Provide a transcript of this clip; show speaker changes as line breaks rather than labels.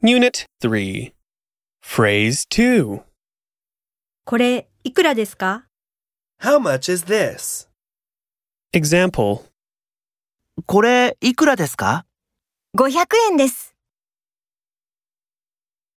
Unit 3. Phrase 2.
これ、いくらですか
How much is this?
Example.
これ、いくらですか
?500 円です。